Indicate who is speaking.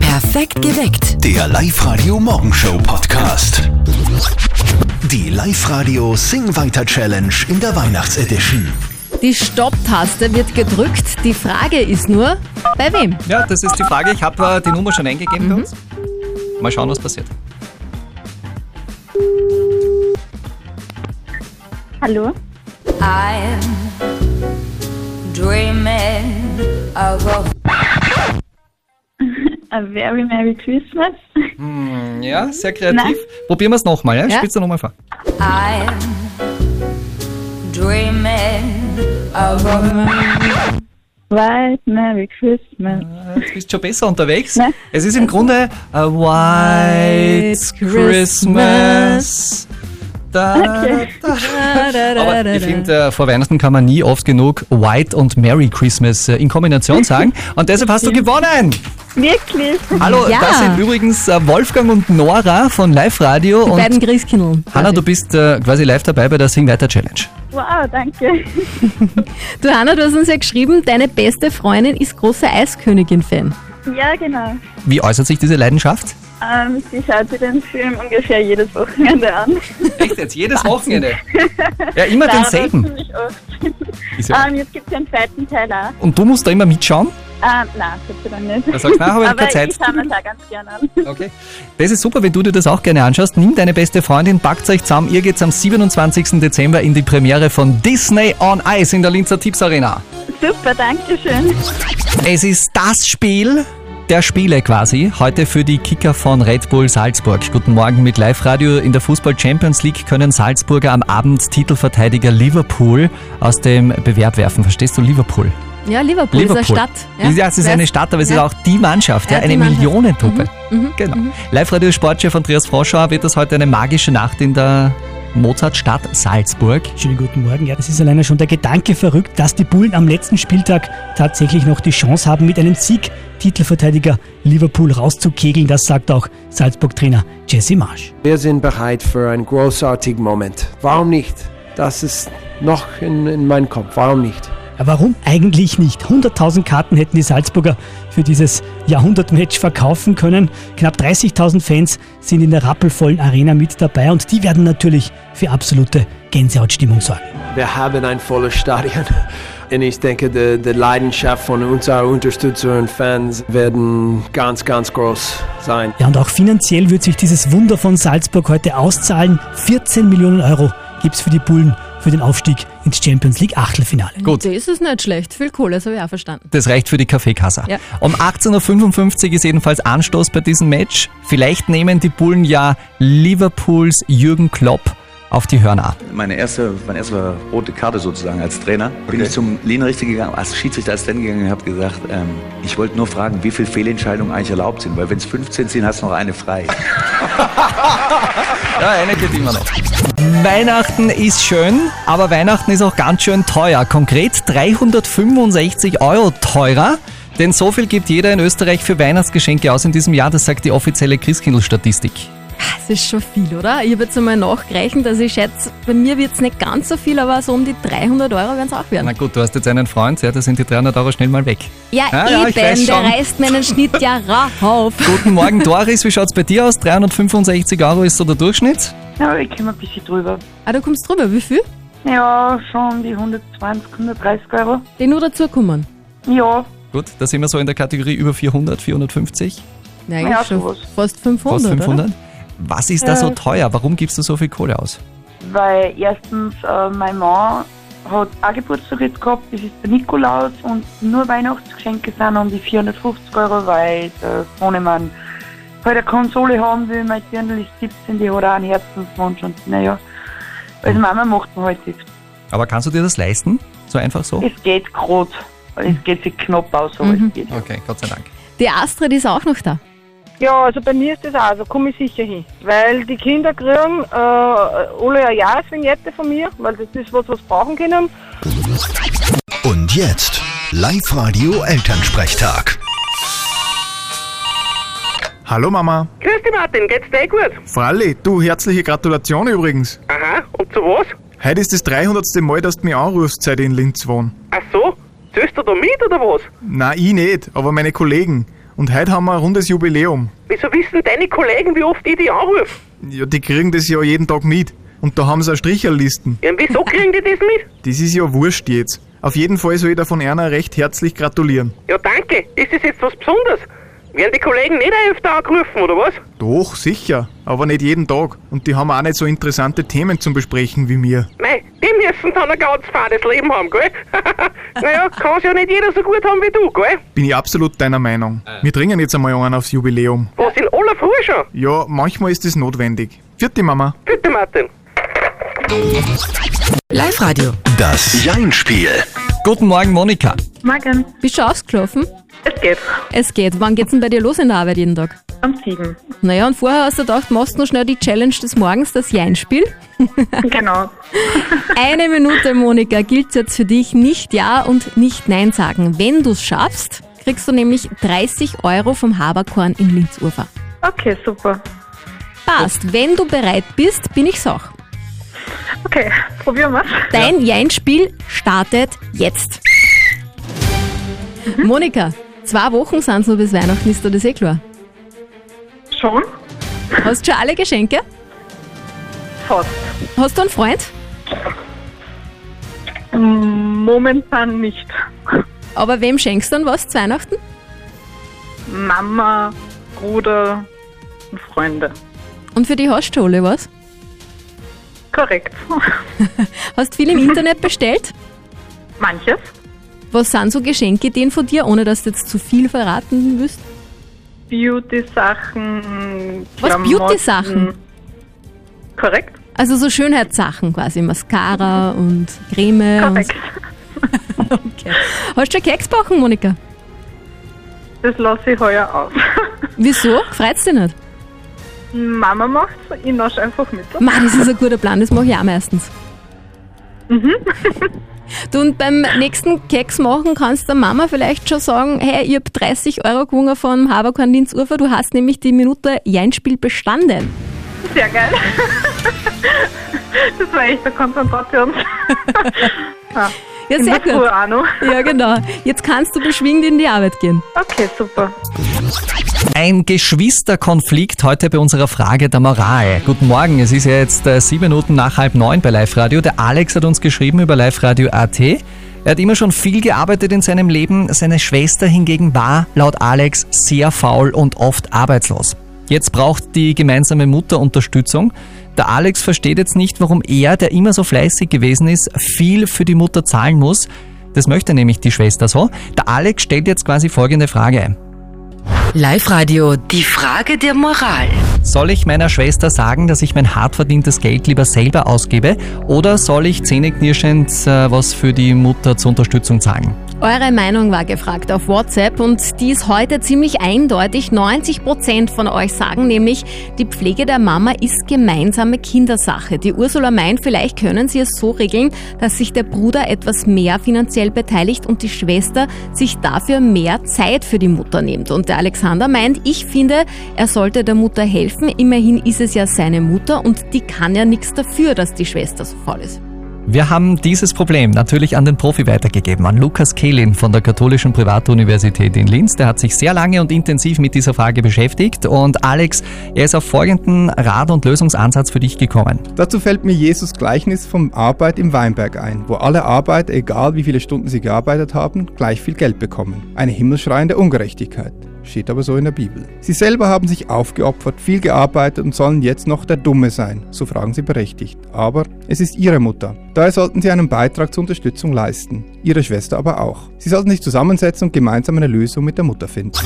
Speaker 1: Perfekt geweckt.
Speaker 2: Der Live-Radio Morgenshow Podcast. Die Live-Radio Sing Weiter Challenge in der Weihnachtsedition.
Speaker 3: Die Stopp-Taste wird gedrückt. Die Frage ist nur, bei wem?
Speaker 4: Ja, das ist die Frage. Ich habe äh, die Nummer schon eingegeben
Speaker 3: Mhm.
Speaker 4: bei uns. Mal schauen, was passiert.
Speaker 5: Hallo?
Speaker 6: I'm dreaming of a
Speaker 5: A very Merry Christmas.
Speaker 4: Ja, sehr kreativ.
Speaker 5: Nein.
Speaker 4: Probieren wir es nochmal. Ja?
Speaker 3: Ja.
Speaker 4: Spielst du nochmal vor.
Speaker 6: I'm dreaming of a
Speaker 5: White Merry Christmas.
Speaker 4: Äh, Du bist schon besser unterwegs.
Speaker 5: Nein.
Speaker 4: Es ist im Grunde a White Christmas. Da, Ah, da. Aber ich finde, äh, vor Weihnachten kann man nie oft genug White und Merry Christmas äh, in Kombination sagen. Und deshalb hast du gewonnen.
Speaker 5: Wirklich?
Speaker 4: Hallo,
Speaker 3: Ja.
Speaker 4: das sind übrigens äh, Wolfgang und Nora von Live Radio.
Speaker 3: Die
Speaker 4: und
Speaker 3: beiden Christkindln.
Speaker 4: Hanna, du bist äh, quasi live dabei bei der Sing Weiter Challenge.
Speaker 5: Wow, danke.
Speaker 3: Du, Hanna, du hast uns ja geschrieben, deine beste Freundin ist große Eiskönigin-Fan.
Speaker 5: Ja, genau.
Speaker 4: Wie äußert sich diese Leidenschaft?
Speaker 5: Ähm, sie schaut sich den Film ungefähr jedes Wochenende an.
Speaker 4: Echt jetzt? Jedes Wochenende? Ja, immer
Speaker 5: Dauert
Speaker 4: denselben.
Speaker 5: Ziemlich oft.
Speaker 4: Ist ja-
Speaker 5: ähm, jetzt gibt es den zweiten Teil auch.
Speaker 4: Und du musst da immer mitschauen?
Speaker 5: Ähm, nein, Gott sei Dank nicht.
Speaker 4: Er sagt, nein, habe ich
Speaker 5: Aber
Speaker 4: keine Zeit.
Speaker 5: ich schaue mir das auch ganz gerne an.
Speaker 4: Okay. Das ist super, wenn du dir das auch gerne anschaust. Nimm deine beste Freundin, packt euch zusammen. Ihr geht's am 27. Dezember in die Premiere von Disney on Ice in der Linzer Tipps Arena.
Speaker 5: Super, danke schön.
Speaker 4: Es ist das Spiel der Spiele quasi. Heute für die Kicker von Red Bull Salzburg. Guten Morgen mit Live Radio. In der Fußball Champions League können Salzburger am Abend Titelverteidiger Liverpool aus dem Bewerb werfen. Verstehst du Liverpool?
Speaker 3: Ja, Liverpool,
Speaker 4: Liverpool.
Speaker 3: ist eine Stadt.
Speaker 4: Ja, es ist eine Stadt, aber es ist
Speaker 3: Ja.
Speaker 4: auch die Mannschaft, ja,
Speaker 3: Ja, die
Speaker 4: eine
Speaker 3: Mannschaft. Mhm,
Speaker 4: Millionentruppe. Genau. Live-Radio-Sportchef Andreas Froschauer wird das heute eine magische Nacht in der Mozartstadt Salzburg.
Speaker 7: Schönen guten Morgen. Ja, das ist alleine schon der Gedanke verrückt, dass die Bullen am letzten Spieltag tatsächlich noch die Chance haben, mit einem Sieg Titelverteidiger Liverpool rauszukegeln. Das sagt auch Salzburg-Trainer Jesse Marsch.
Speaker 8: Wir sind bereit für einen großartigen Moment. Warum nicht? Das ist noch in, in meinem Kopf. Warum nicht?
Speaker 7: Ja, warum eigentlich nicht? 100.000 Karten hätten die Salzburger für dieses Jahrhundertmatch verkaufen können. Knapp 30.000 Fans sind in der rappelvollen Arena mit dabei und die werden natürlich für absolute Gänsehautstimmung sorgen.
Speaker 8: Wir haben ein volles Stadion. Und ich denke, die, die Leidenschaft von unseren Unterstützern und Fans werden ganz, ganz groß sein.
Speaker 7: Ja, und auch finanziell wird sich dieses Wunder von Salzburg heute auszahlen. 14 Millionen Euro gibt's für die Bullen für den Aufstieg ins Champions League Achtelfinale.
Speaker 4: Gut.
Speaker 3: Das ist nicht schlecht. Viel Kohle, das habe ich auch verstanden.
Speaker 4: Das reicht für die Kaffeekasse.
Speaker 3: Ja.
Speaker 4: Um 18.55 Uhr ist jedenfalls Anstoß bei diesem Match. Vielleicht nehmen die Bullen ja Liverpools Jürgen Klopp auf die Hörner.
Speaker 9: Meine erste, meine erste rote Karte sozusagen als Trainer. Bin ich zum Linienrichter gegangen, als Schiedsrichter als Stand gegangen und habe gesagt, ähm, ich wollte nur fragen, wie viele Fehlentscheidungen eigentlich erlaubt sind, weil wenn es 15 sind, hast du noch eine frei.
Speaker 4: Ja, eine geht immer noch. Weihnachten ist schön, aber Weihnachten ist auch ganz schön teuer. Konkret 365 Euro teurer. Denn so viel gibt jeder in Österreich für Weihnachtsgeschenke aus in diesem Jahr, das sagt die offizielle Christkindl-Statistik.
Speaker 3: Das ist schon viel, oder? Ich habe jetzt einmal nachgerechnet, also ich schätze, bei mir wird es nicht ganz so viel, aber so um die 300 Euro werden es auch werden.
Speaker 4: Na gut, du hast jetzt einen Freund, ja, da sind die 300 Euro schnell mal weg.
Speaker 3: Ja,
Speaker 4: Ah, ja, ich
Speaker 3: eben,
Speaker 4: weiß
Speaker 3: der
Speaker 4: schon.
Speaker 3: reißt meinen Schnitt ja rauf.
Speaker 4: Guten Morgen, Doris, wie schaut's bei dir aus? 365 Euro ist so der Durchschnitt.
Speaker 10: Ja, ich komme ein bisschen drüber.
Speaker 3: Ah, du kommst drüber, wie viel?
Speaker 10: Ja, schon die 120, 130 Euro.
Speaker 3: Die nur dazukommen.
Speaker 10: Ja,
Speaker 4: Gut, da sind wir so in der Kategorie über 400, 450,
Speaker 3: Nein,
Speaker 10: Ja,
Speaker 3: schon
Speaker 10: sowas.
Speaker 3: fast 500,
Speaker 4: fast
Speaker 3: oder?
Speaker 4: 500. Was ist da so teuer? Warum gibst du so viel Kohle aus?
Speaker 10: weil erstens äh, mein Mann hat auch Geburtstag jetzt gehabt, das ist der Nikolaus und nur Weihnachtsgeschenke sind um die 450 Euro, weil der Sohnemann halt eine Konsole haben will, mein Dirndl ist 17, die hat auch einen Herzenswunsch und naja, als Mama macht man halt jetzt.
Speaker 4: Aber kannst du dir das leisten? So einfach so?
Speaker 10: Es geht grad, es geht sich knapp aus, aber
Speaker 11: Mhm.
Speaker 10: es geht.
Speaker 4: Okay, Gott sei Dank.
Speaker 3: Die Astrid ist auch noch da.
Speaker 11: Ja, also bei mir ist das auch so, komme ich sicher hin. Weil die Kinder kriegen äh, alle eine Jahresvignette von mir, weil das ist was, was sie brauchen können.
Speaker 2: Und jetzt Live-Radio Elternsprechtag.
Speaker 8: Hallo Mama.
Speaker 11: Grüß dich Martin, geht's dir gut?
Speaker 8: Fralli, du herzliche Gratulation übrigens.
Speaker 11: Aha, und zu was?
Speaker 8: Heute ist das 300. Mal, dass du mich anrufst, seit ich in Linz wohne.
Speaker 10: Oh.
Speaker 11: Ach so, zählst du da mit oder was?
Speaker 8: Na, ich nicht, aber meine Kollegen.
Speaker 1: Und heute haben wir ein rundes Jubiläum.
Speaker 11: Wieso wissen deine Kollegen, wie oft ich die anrufe?
Speaker 1: Ja, die kriegen das ja jeden Tag mit. Und da haben sie auch Stricherlisten.
Speaker 11: Ja, und wieso kriegen die das mit?
Speaker 1: Das ist ja wurscht jetzt. Auf jeden Fall soll ich da von Erna recht herzlich gratulieren.
Speaker 11: Ja, danke. Ist das jetzt was Besonderes? Werden die Kollegen nicht auch öfter angerufen, oder was?
Speaker 1: Doch, sicher. Aber nicht jeden Tag. Und die haben auch nicht so interessante Themen zum Besprechen wie mir.
Speaker 11: Nein, die müssen dann ein ganz fades Leben haben, gell? naja, kann's ja nicht jeder so gut haben wie du, gell?
Speaker 1: Bin ich absolut deiner Meinung. Wir dringen jetzt einmal an aufs Jubiläum.
Speaker 11: Was, in aller Früh schon?
Speaker 1: Ja, manchmal ist es notwendig. Vierte Mama.
Speaker 11: Bitte, Martin.
Speaker 1: Live Radio. Das Jein-Spiel.
Speaker 4: Guten Morgen, Monika.
Speaker 3: Morgen. Bist du ausgelaufen?
Speaker 5: Es geht.
Speaker 3: Es geht. Wann geht's denn bei dir los in der Arbeit jeden Tag?
Speaker 5: Um sieben.
Speaker 3: Naja, und vorher hast du gedacht, machst du noch schnell die Challenge des Morgens, das Jein-Spiel.
Speaker 5: genau.
Speaker 3: Eine Minute, Monika, gilt jetzt für dich nicht Ja und nicht Nein sagen. Wenn du es schaffst, kriegst du nämlich 30 Euro vom Haberkorn in Linz-Urfer.
Speaker 5: Okay, super. Oh.
Speaker 3: Passt. Wenn du bereit bist, bin ich's auch.
Speaker 5: Okay, probieren wir's.
Speaker 3: Dein Jein-Spiel startet jetzt.
Speaker 5: Mhm.
Speaker 3: Monika, zwei Wochen sind es nur bis Weihnachten, ist dir das eh klar?
Speaker 5: Schon?
Speaker 3: Hast du schon alle Geschenke?
Speaker 5: Fast.
Speaker 3: Hast du einen Freund?
Speaker 5: Mm, Momentan nicht.
Speaker 3: Aber wem schenkst du dann was zu Weihnachten?
Speaker 5: Mama, Bruder und Freunde.
Speaker 3: Und für die hast du schon alle was?
Speaker 5: Korrekt.
Speaker 3: Hast viel im Internet bestellt?
Speaker 5: Manches.
Speaker 3: Was sind so Geschenkideen von dir, ohne dass du jetzt zu viel verraten wirst?
Speaker 5: Beauty-Sachen.
Speaker 3: Was,
Speaker 5: Klamotten.
Speaker 3: Beauty-Sachen?
Speaker 5: Korrekt.
Speaker 3: Also so Schönheitssachen quasi, Mascara und Creme. Und
Speaker 5: Korrekt.
Speaker 3: so. Hast du schon Keks backen, Monika?
Speaker 5: Das lasse ich heuer aus.
Speaker 3: Wieso? Freut's dich nicht?
Speaker 5: Mama macht's, ich nasche einfach mit.
Speaker 3: Ma, das ist ein guter Plan, das mache ich auch meistens.
Speaker 5: Mhm.
Speaker 3: Du und beim nächsten Keks machen kannst der Mama vielleicht schon sagen, hey, ich hab 30 Euro gewonnen vom Haberkorn Linz Ufer, du hast nämlich die Minute Jeinspiel bestanden.
Speaker 5: Sehr geil. Das war echt eine Konzentration. ja,
Speaker 3: Ja,
Speaker 5: in
Speaker 3: sehr
Speaker 5: der
Speaker 3: gut.
Speaker 5: Früh auch noch.
Speaker 3: Ja, genau. Jetzt kannst du beschwingt in die Arbeit gehen.
Speaker 5: Okay, super.
Speaker 4: Ein Geschwisterkonflikt heute bei unserer Frage der Moral. Guten Morgen, es ist ja jetzt äh, sieben Minuten nach halb neun bei Live Radio. Der Alex hat uns geschrieben über liveradio.at. Er hat immer schon viel gearbeitet in seinem Leben. Seine Schwester hingegen war, laut Alex, sehr faul und oft arbeitslos. Jetzt braucht die gemeinsame Mutter Unterstützung. Der Alex versteht jetzt nicht, warum er, der immer so fleißig gewesen ist, viel für die Mutter zahlen muss. Das möchte nämlich die Schwester so. Der Alex stellt jetzt quasi folgende Frage. Live Radio, die Frage der Moral. Soll ich meiner Schwester sagen, dass ich mein hart verdientes Geld lieber selber ausgebe oder soll ich zähneknirschend äh, was für die Mutter zur Unterstützung sagen?
Speaker 3: Eure Meinung war gefragt auf WhatsApp und die ist heute ziemlich eindeutig. 90% von euch sagen nämlich, die Pflege der Mama ist gemeinsame Kindersache. Die Ursula meint, vielleicht können sie es so regeln, dass sich der Bruder etwas mehr finanziell beteiligt und die Schwester sich dafür mehr Zeit für die Mutter nimmt. Und der Alexander meint, ich finde, er sollte der Mutter helfen. Immerhin ist es ja seine Mutter und die kann ja nichts dafür, dass die Schwester so faul ist.
Speaker 4: Wir haben dieses Problem natürlich an den Profi weitergegeben, an Lukas Kehlin von der Katholischen Privatuniversität in Linz. Der hat sich sehr lange und intensiv mit dieser Frage beschäftigt und Alex, er ist auf folgenden Rat- und Lösungsansatz für dich gekommen.
Speaker 12: Dazu fällt mir Jesus Gleichnis vom Arbeit im Weinberg ein, wo alle Arbeiter, egal wie viele Stunden sie gearbeitet haben, gleich viel Geld bekommen. Eine himmelschreiende Ungerechtigkeit. Steht aber so in der Bibel. Sie selber haben sich aufgeopfert, viel gearbeitet und sollen jetzt noch der Dumme sein. So fragen sie berechtigt. Aber es ist ihre Mutter. Daher sollten sie einen Beitrag zur Unterstützung leisten. Ihre Schwester aber auch. Sie sollten sich zusammensetzen und gemeinsam eine Lösung mit der Mutter finden.